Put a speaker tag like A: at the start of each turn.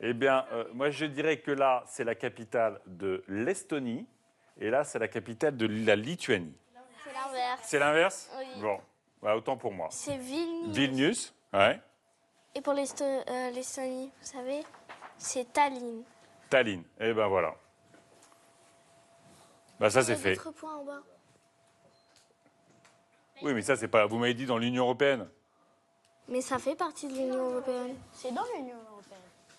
A: Eh bien, euh, moi, je dirais que là, c'est la capitale de l'Estonie et là, c'est la capitale de la Lituanie.
B: C'est l'inverse.
A: C'est l'inverse
B: Oui.
A: Bon, bah, autant pour moi.
B: C'est Vilnius.
A: Vilnius, ouais.
B: Et pour l'Esto- euh, l'Estonie, vous savez, c'est Tallinn.
A: Tallinn, eh ben voilà. Bah, ça, c'est
B: Il y a
A: fait.
B: d'autres points en bas.
A: Oui, mais ça, c'est pas. Vous m'avez dit dans l'Union européenne.
B: Mais ça fait partie de l'Union européenne.
C: C'est dans l'Union européenne.